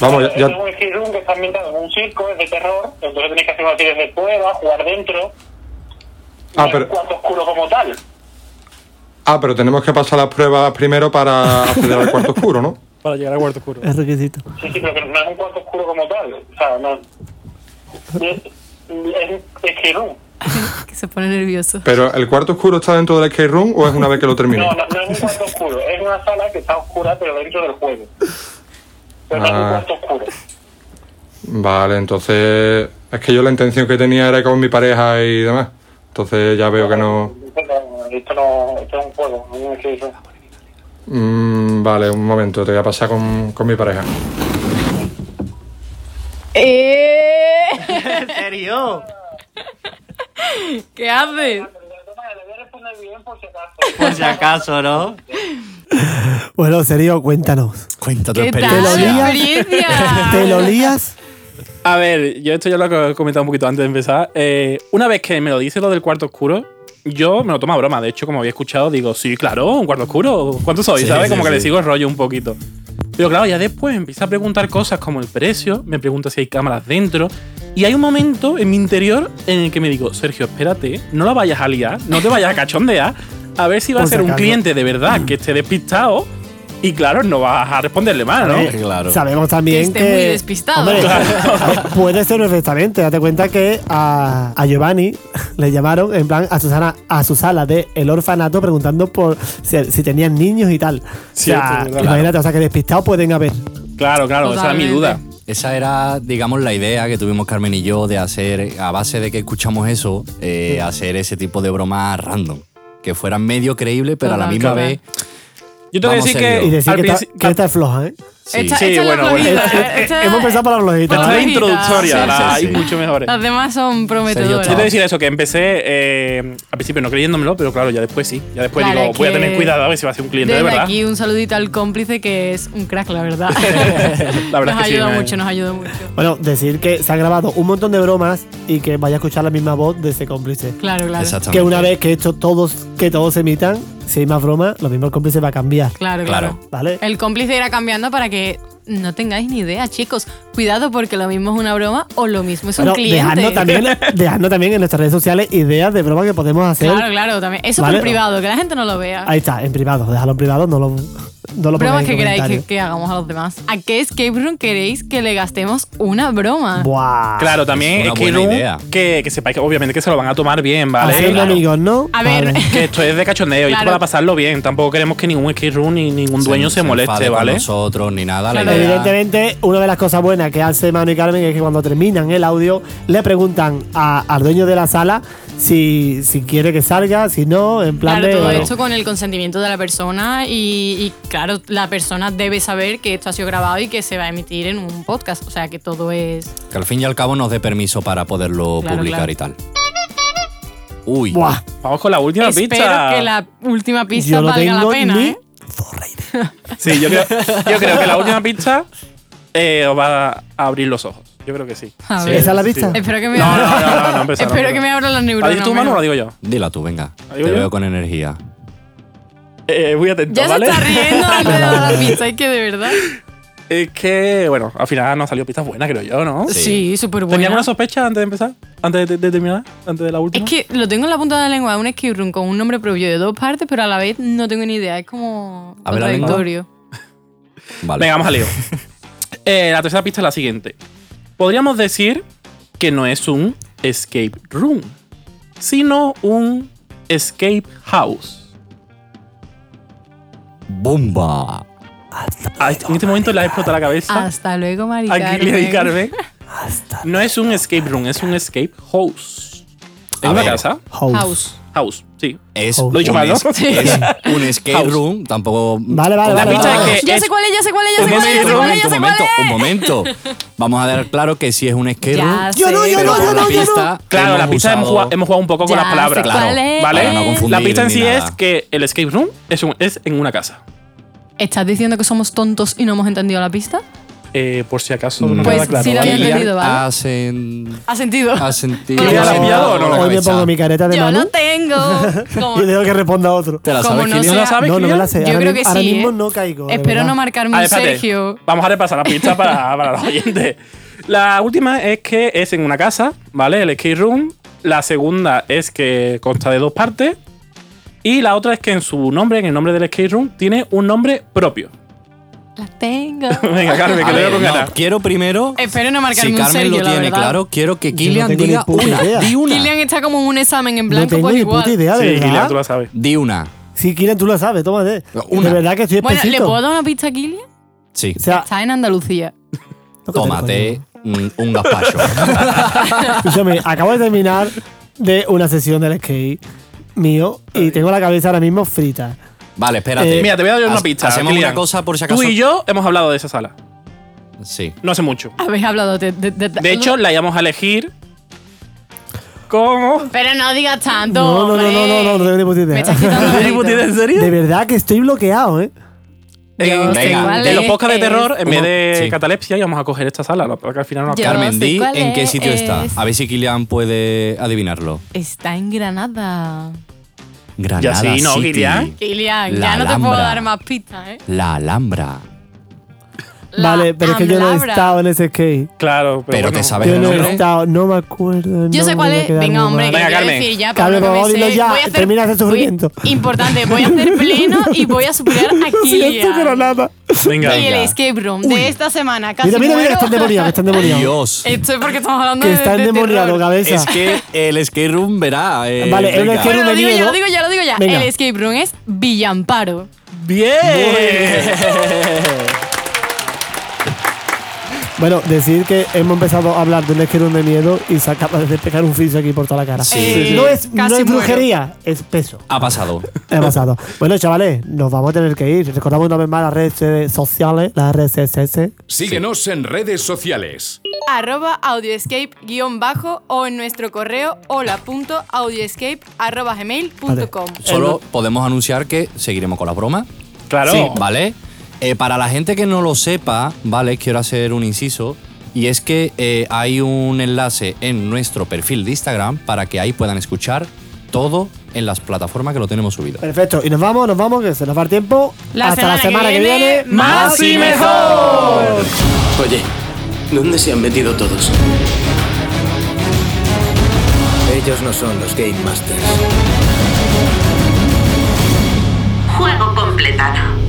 Speaker 11: Vamos, ya-
Speaker 10: Claro, esto
Speaker 11: ya,
Speaker 10: Es un escape room que está ambientado en un circo, es de terror. Entonces tenéis que hacer una serie de pruebas, jugar dentro.
Speaker 11: Ah,
Speaker 10: No es
Speaker 11: pero-
Speaker 10: un cuarto oscuro como tal.
Speaker 11: Ah, pero tenemos que pasar las pruebas primero para acceder al cuarto oscuro, ¿no?
Speaker 2: Para llegar al cuarto oscuro.
Speaker 3: Es requisito.
Speaker 10: Sí, sí, pero que no es un cuarto oscuro como tal. O sea, no. Es, es un escape room.
Speaker 1: Que se pone nervioso.
Speaker 11: Pero el cuarto oscuro está dentro del escape room o es una vez que lo termino.
Speaker 10: No, no, no es un cuarto oscuro. Es una sala que está oscura, pero dentro del juego. Pero no es un
Speaker 11: Ah.
Speaker 10: cuarto oscuro.
Speaker 11: Vale, entonces es que yo la intención que tenía era con mi pareja y demás. Entonces ya veo que no.
Speaker 10: Esto no, esto no esto es un juego, no es un escape room.
Speaker 11: Mm, vale, un momento, te voy a pasar con, con mi pareja.
Speaker 1: Eh. ¿En
Speaker 3: serio?
Speaker 1: ¿Qué haces?
Speaker 12: Por si acaso, ¿no?
Speaker 3: Bueno, Sergio, cuéntanos.
Speaker 4: Cuenta tu
Speaker 1: ¿Qué tal?
Speaker 3: experiencia. ¿Te lo lías?
Speaker 2: A ver, yo esto ya lo he comentado un poquito antes de empezar. Eh, una vez que me lo dice lo del cuarto oscuro, yo me lo tomo a broma. De hecho, como había escuchado, digo, sí, claro, un cuarto oscuro. ¿Cuánto soy?
Speaker 4: Sí,
Speaker 2: ¿Sabes?
Speaker 4: sí,
Speaker 2: como que
Speaker 4: sí.
Speaker 2: le sigo el rollo un poquito. Pero claro, ya después empieza a preguntar cosas como el precio, me pregunta si hay cámaras dentro. Y hay un momento en mi interior en el que me digo, Sergio, espérate, no la vayas a liar, no te vayas a cachondear, a ver si va a
Speaker 3: Por si
Speaker 2: ser un
Speaker 3: acaso.
Speaker 2: cliente de verdad que esté despistado. Y claro, no vas a responderle mal, Ah, ¿no?
Speaker 3: Eh, Sabemos también que.
Speaker 1: Que esté muy despistado.
Speaker 3: Hombre,
Speaker 2: Claro.
Speaker 3: puede ser perfectamente. Date cuenta que a, a Giovanni le llamaron, en plan, a Susana, a su sala de el orfanato preguntando por si, si tenían niños y tal.
Speaker 4: Cierto,
Speaker 3: o sea,
Speaker 4: verdad.
Speaker 3: imagínate, o sea, que despistados pueden haber.
Speaker 2: Claro, claro,
Speaker 4: esa era mi
Speaker 2: duda.
Speaker 4: Esa era, digamos, la idea que tuvimos Carmen y yo de hacer, a base de que escuchamos eso, eh, hacer ese tipo de broma random. Que fuera medio creíble, pero a la
Speaker 2: Total,
Speaker 4: misma
Speaker 2: total.
Speaker 4: vez.
Speaker 2: Yo tengo que
Speaker 4: Vamos,
Speaker 2: decir
Speaker 4: serio.
Speaker 2: que.
Speaker 3: Y decir
Speaker 2: al
Speaker 3: que,
Speaker 2: princi-
Speaker 3: está, que esta es floja, ¿eh?
Speaker 1: Sí. Esta- esta es la flojita, eh, esta-
Speaker 3: Hemos empezado por la flojita.
Speaker 2: Esta
Speaker 1: La
Speaker 2: es
Speaker 1: flojita.
Speaker 2: introductoria,
Speaker 1: Sí,
Speaker 2: la-
Speaker 1: sí, sí.
Speaker 2: hay mucho mejores.
Speaker 1: Las demás son
Speaker 2: Yo
Speaker 1: prometedoras.
Speaker 2: te decir eso, que empecé eh, al principio no creyéndomelo, pero claro, ya después sí. Ya después
Speaker 1: Claro,
Speaker 2: digo,
Speaker 1: es
Speaker 2: voy a
Speaker 1: que-
Speaker 2: tener cuidado a ver si va a ser un cliente
Speaker 1: Desde
Speaker 2: de verdad.
Speaker 1: aquí un saludito al cómplice que es un crack, la verdad.
Speaker 2: La verdad
Speaker 1: nos
Speaker 2: es que sí,
Speaker 1: ayuda
Speaker 2: me-
Speaker 1: mucho, nos ayuda mucho.
Speaker 3: Bueno, decir que se han grabado un montón de bromas y que vaya a escuchar la misma voz de ese cómplice.
Speaker 1: Claro, claro.
Speaker 3: Que una vez que esto todos, que todos se imitan, si hay más bromas, lo mismo el cómplice va a cambiar.
Speaker 1: Claro, claro.
Speaker 3: ¿Vale?
Speaker 1: El cómplice irá cambiando para que no tengáis ni idea, chicos. Cuidado porque lo mismo es una broma o lo mismo es un
Speaker 3: Bueno,
Speaker 1: cliente.
Speaker 3: dejadnos también, dejadnos también en nuestras redes sociales ideas de bromas que podemos hacer.
Speaker 1: Claro, claro, también. Eso
Speaker 3: Vale.
Speaker 1: por privado, que la gente no lo vea.
Speaker 3: Ahí está, en privado. Déjalo en privado, no lo, no
Speaker 1: Bromas
Speaker 3: lo pongáis
Speaker 1: que
Speaker 3: en
Speaker 1: queráis que,
Speaker 3: comentarios.
Speaker 1: que hagamos a los demás. ¿A qué escape room queréis que le gastemos una broma?
Speaker 3: Buah.
Speaker 2: Claro, también
Speaker 4: Es
Speaker 2: es,
Speaker 4: una
Speaker 2: que,
Speaker 4: buena
Speaker 2: no-
Speaker 4: idea.
Speaker 2: que, que sepáis que obviamente que se lo van a tomar bien, ¿vale?
Speaker 3: Haciendo amigos, ¿no?
Speaker 1: A ver. Vale.
Speaker 2: Que esto es de cachondeo y esto
Speaker 1: Claro.
Speaker 2: para pasarlo bien. Tampoco queremos que ningún skate room ni ningún dueño se, moleste,
Speaker 4: enfade con
Speaker 2: ¿vale?
Speaker 4: nosotros ni nada. la
Speaker 3: Claro,
Speaker 4: idea-
Speaker 3: evidentemente, una de las cosas buenas que hace Manu y Carmen es que cuando terminan el audio le preguntan a- al dueño de la sala si, si quiere que salga, si no, en plan
Speaker 1: Claro,
Speaker 3: de.
Speaker 1: todo esto con el consentimiento de la persona y, y, claro, la persona debe saber que esto ha sido grabado y que se va a emitir en un podcast. O sea que todo es...
Speaker 4: Que al fin y al cabo nos dé permiso para poderlo
Speaker 1: Claro,
Speaker 4: publicar
Speaker 1: claro.
Speaker 4: y tal. Uy.
Speaker 2: Vamos con la última
Speaker 1: Espero
Speaker 2: pizza.
Speaker 1: que la última pista valga la pena. ¿eh?
Speaker 2: Sí, yo creo, yo creo que la última pizza eh, os va a abrir los ojos. Yo creo que sí.
Speaker 1: A
Speaker 2: Sí,
Speaker 1: ver.
Speaker 2: sí, sí.
Speaker 1: Espero que me
Speaker 2: No,
Speaker 1: abra-
Speaker 2: no, no, no, no, empezar,
Speaker 1: Espero
Speaker 2: no,
Speaker 1: que
Speaker 2: empezar.
Speaker 1: me abran las
Speaker 2: ¿La dices
Speaker 1: neuronas.
Speaker 2: tú, Manu, o
Speaker 1: menos.
Speaker 2: la digo yo?
Speaker 4: Dila tú, venga. Te
Speaker 2: digo yo?
Speaker 4: veo con energía.
Speaker 2: Eh, voy atento,
Speaker 1: Ya
Speaker 2: ¿vale?
Speaker 1: se está riendo alrededor de la pizza, es que de verdad.
Speaker 2: Es que, bueno, al final nos salió pistas buenas, creo yo, ¿no?
Speaker 1: Sí, súper buena.
Speaker 2: ¿Tenía alguna sospecha antes de empezar? ¿Antes de, de terminar? ¿Antes de la
Speaker 1: Es
Speaker 2: última?
Speaker 1: que lo tengo en la punta de la lengua, un escape room con un nombre propio de dos partes, pero a la vez no tengo ni idea, es como
Speaker 2: A ver la lengua.
Speaker 1: contradictorio.
Speaker 2: Venga, vamos a Leo. Eh, la tercera pista es la siguiente. Podríamos decir que no es un escape room, sino un escape house.
Speaker 4: ¡Bomba!
Speaker 2: Ah, en este momento le ha explotado la cabeza
Speaker 1: Hasta luego, Mari
Speaker 2: a Kili y
Speaker 1: Carmen.
Speaker 2: Carmen. No es un escape room, es un escape house. ¿Es
Speaker 4: A
Speaker 2: una
Speaker 4: ver,
Speaker 2: casa?
Speaker 3: House.
Speaker 1: House.
Speaker 2: House, sí.
Speaker 4: Es
Speaker 3: Oh,
Speaker 2: Lo he dicho
Speaker 4: un
Speaker 2: mal, ¿no?
Speaker 4: es- es un escape room, tampoco.
Speaker 3: Vale, vale,
Speaker 4: La
Speaker 3: vale,
Speaker 4: pista
Speaker 3: vale.
Speaker 4: es que
Speaker 1: Ya
Speaker 4: es-
Speaker 1: sé cuál es, ya sé cuál es, ya
Speaker 4: un
Speaker 1: sé cuál es, ya sé
Speaker 4: momento,
Speaker 1: cuál es, ya
Speaker 4: un
Speaker 1: sé cuál
Speaker 4: momento,
Speaker 1: es.
Speaker 4: un momento. Vamos a dar claro que sí es un escape
Speaker 1: Ya
Speaker 4: room.
Speaker 1: sé. Yo no, yo
Speaker 4: pero
Speaker 1: no, yo
Speaker 4: con la
Speaker 1: no, yo no.
Speaker 4: pista
Speaker 2: Claro, la pista hemos
Speaker 4: usado-
Speaker 2: jugado, hemos jugado un poco con
Speaker 1: Ya
Speaker 2: las palabras.
Speaker 1: sé cuál es.
Speaker 2: ¿Vale?
Speaker 1: Para no
Speaker 4: confundir
Speaker 2: la pista en
Speaker 4: ni
Speaker 2: sí
Speaker 4: nada.
Speaker 2: es que el escape room es, un- es en una casa.
Speaker 1: ¿Estás diciendo que somos tontos y no hemos entendido la pista?
Speaker 2: Eh, por si acaso no
Speaker 1: Pues
Speaker 2: queda claro.
Speaker 1: sí lo había
Speaker 2: ¿vale?
Speaker 1: entendido, ¿vale?
Speaker 4: Ha sen-
Speaker 1: ¿Ha sentido?
Speaker 4: ha sentido.
Speaker 1: ¿Te la has
Speaker 3: pillado o no?
Speaker 4: la
Speaker 3: Hoy me
Speaker 4: cabeza.
Speaker 3: pongo mi careta de
Speaker 1: Yo
Speaker 3: Manu
Speaker 1: lo tengo. Como-
Speaker 3: y dejo que responda otro.
Speaker 4: ¿Te la
Speaker 1: Como
Speaker 4: sabes,
Speaker 1: no
Speaker 4: Kilian?
Speaker 1: sea-
Speaker 2: sabes,
Speaker 3: No, no me
Speaker 2: Kilian?
Speaker 3: la sé.
Speaker 1: Yo
Speaker 3: ahora
Speaker 1: creo
Speaker 3: mi-
Speaker 1: que
Speaker 3: ahora
Speaker 1: sí,
Speaker 3: mismo
Speaker 1: ¿eh?
Speaker 3: no caigo. de
Speaker 1: Espero
Speaker 3: verdad.
Speaker 1: no marcarme
Speaker 2: Ah,
Speaker 1: un
Speaker 2: espérate.
Speaker 1: Sergio.
Speaker 2: Vamos a repasar la pista para, para los oyentes. La última es que es en una casa, ¿vale? El escape room. La segunda es que consta de dos partes. Y la otra es que en su nombre, en el nombre del escape room, tiene un nombre propio.
Speaker 1: La tengo.
Speaker 2: Venga, Carmen, que
Speaker 4: A
Speaker 2: le
Speaker 4: ver,
Speaker 2: voy a
Speaker 4: no,
Speaker 2: ganar.
Speaker 4: Quiero primero.
Speaker 1: Espero no
Speaker 4: Si
Speaker 1: marcarme un
Speaker 4: Carmen
Speaker 1: Sergio,
Speaker 4: lo
Speaker 1: la
Speaker 4: tiene
Speaker 1: verdad.
Speaker 4: claro, quiero que
Speaker 3: no
Speaker 4: Kilian
Speaker 3: tengo ni
Speaker 4: diga
Speaker 3: puta
Speaker 4: una.
Speaker 3: idea.
Speaker 4: Di una.
Speaker 1: Kilian está como en un examen en
Speaker 3: No
Speaker 1: blanco,
Speaker 3: tengo
Speaker 1: pues
Speaker 3: ni puta
Speaker 1: igual.
Speaker 3: idea, de
Speaker 2: Sí, Kilian, tú la
Speaker 3: verdad.
Speaker 2: sabes.
Speaker 4: Di una.
Speaker 3: Si Kilian, tú lo sabes, tómate.
Speaker 4: Una.
Speaker 3: De verdad que estoy
Speaker 1: Bueno, ¿le
Speaker 3: espesito.
Speaker 1: puedo dar una pista a Kilian?
Speaker 4: Sí.
Speaker 3: O sea,
Speaker 1: Está en Andalucía.
Speaker 4: Tómate un, un gazpacho.
Speaker 3: Escúchame, acabo de terminar de una sesión del skate mío y tengo la cabeza ahora mismo frita.
Speaker 4: vale, espérate.
Speaker 3: Eh,
Speaker 2: Mira, te voy a dar una
Speaker 4: Ha-
Speaker 2: pista.
Speaker 4: Hacemos
Speaker 2: Kilian.
Speaker 4: una cosa por si acaso.
Speaker 2: Tú y yo hemos hablado de esa sala.
Speaker 4: Sí.
Speaker 2: No hace mucho.
Speaker 1: Habéis hablado de. De, de-
Speaker 2: De hecho, la íbamos a elegir. ¿Cómo?
Speaker 1: Pero no digas tanto.
Speaker 3: No, no, no, no,
Speaker 1: hombre.
Speaker 3: no, no, no tengo ni puta idea.
Speaker 1: Me estás quitando
Speaker 2: ¿Tienes
Speaker 1: mérito.
Speaker 2: puta idea, en serio?
Speaker 3: De verdad que estoy bloqueado, ¿eh?
Speaker 2: En,
Speaker 1: sé
Speaker 2: venga,
Speaker 1: cuál
Speaker 2: en los
Speaker 1: es.
Speaker 2: podcasts de terror, en vez de
Speaker 4: Sí.
Speaker 2: catalepsia, íbamos a coger esta sala, lo- porque al final no
Speaker 1: Yo
Speaker 4: Carmen,
Speaker 1: sé
Speaker 4: di
Speaker 1: cuál
Speaker 4: en qué sitio
Speaker 1: es.
Speaker 4: está. A ver si Kilian puede adivinarlo.
Speaker 1: Está en Granada.
Speaker 4: Granada
Speaker 2: Ya sí, no,
Speaker 4: City.
Speaker 2: Kilian.
Speaker 1: Kilian, ya
Speaker 4: La
Speaker 1: no te puedo
Speaker 4: Alhambra.
Speaker 1: dar más pistas, ¿eh?
Speaker 4: La Alhambra.
Speaker 1: La
Speaker 3: vale, pero es que yo no he
Speaker 1: Alhambra.
Speaker 3: estado en ese skate.
Speaker 2: Claro, pero,
Speaker 4: Pero te
Speaker 2: bueno.
Speaker 4: sabes
Speaker 3: Yo
Speaker 4: el
Speaker 3: no he
Speaker 4: nombre.
Speaker 3: estado, no me acuerdo. el
Speaker 1: Yo sé
Speaker 3: nombre,
Speaker 1: cuál
Speaker 3: voy a
Speaker 1: es.
Speaker 3: quedar
Speaker 1: Venga,
Speaker 3: muy
Speaker 1: hombre,
Speaker 3: mal.
Speaker 1: que
Speaker 2: Venga,
Speaker 1: quiero
Speaker 2: Carmen.
Speaker 1: decir ya, pero
Speaker 3: Carmen,
Speaker 1: no
Speaker 3: por
Speaker 1: me
Speaker 3: favor, dilo
Speaker 1: sé.
Speaker 3: ya,
Speaker 1: Voy a hacer-
Speaker 3: termina ese sufrimiento.
Speaker 1: voy- importante, voy a hacer pleno y voy a superar a
Speaker 3: Lo siento,
Speaker 1: Kilian.
Speaker 3: Granada.
Speaker 2: Venga.
Speaker 1: Y el escape room de esta semana. Casi
Speaker 3: Mira, mira, mira, que
Speaker 1: muero.
Speaker 3: están demoniados, que están demoniados.
Speaker 4: Dios.
Speaker 1: Esto es porque estamos hablando
Speaker 3: Que
Speaker 1: de.
Speaker 3: están
Speaker 1: de
Speaker 3: demoniados,
Speaker 1: terror.
Speaker 3: cabeza.
Speaker 4: Es que el skate room verá. eh,
Speaker 3: Vale, el
Speaker 4: venga.
Speaker 3: skate room-
Speaker 1: Bueno, lo digo
Speaker 3: Bienvenido.
Speaker 1: ya, lo digo ya, lo digo ya. El
Speaker 3: Venga.
Speaker 1: escape room es Villamparo.
Speaker 2: ¡Bien!
Speaker 3: Bueno, decir que hemos empezado a hablar de un esquerón de miedo y se acaba de pegar un friso aquí por toda la cara.
Speaker 4: Sí. Eh,
Speaker 3: No es,
Speaker 4: casi
Speaker 3: no es
Speaker 4: muero.
Speaker 3: brujería, es peso.
Speaker 4: Ha pasado.
Speaker 3: He pasado. bueno, chavales, nos vamos a tener que ir. Recordamos una vez más las redes eh, sociales, las redes
Speaker 5: Síguenos en redes sociales.
Speaker 1: Arroba audioescape guión bajo o en nuestro correo hola.audioescape arroba gmail punto com.
Speaker 4: Solo podemos anunciar que seguiremos con la broma.
Speaker 2: Claro.
Speaker 4: Sí, ¿Vale? Eh, para la gente que no lo sepa, ¿vale? Quiero hacer un inciso. Y es que eh, hay un enlace en nuestro perfil de Instagram para que ahí puedan escuchar todo en las plataformas que lo tenemos subido.
Speaker 3: Perfecto, y nos vamos, nos vamos, que se nos va el tiempo.
Speaker 4: La
Speaker 3: Hasta la
Speaker 4: semana
Speaker 3: semana
Speaker 4: que
Speaker 3: que viene,
Speaker 4: viene, más y
Speaker 1: Oh.
Speaker 4: mejor.
Speaker 13: Oye, ¿dónde se han metido todos? Ellos no son los Game Masters.
Speaker 14: Juego completado.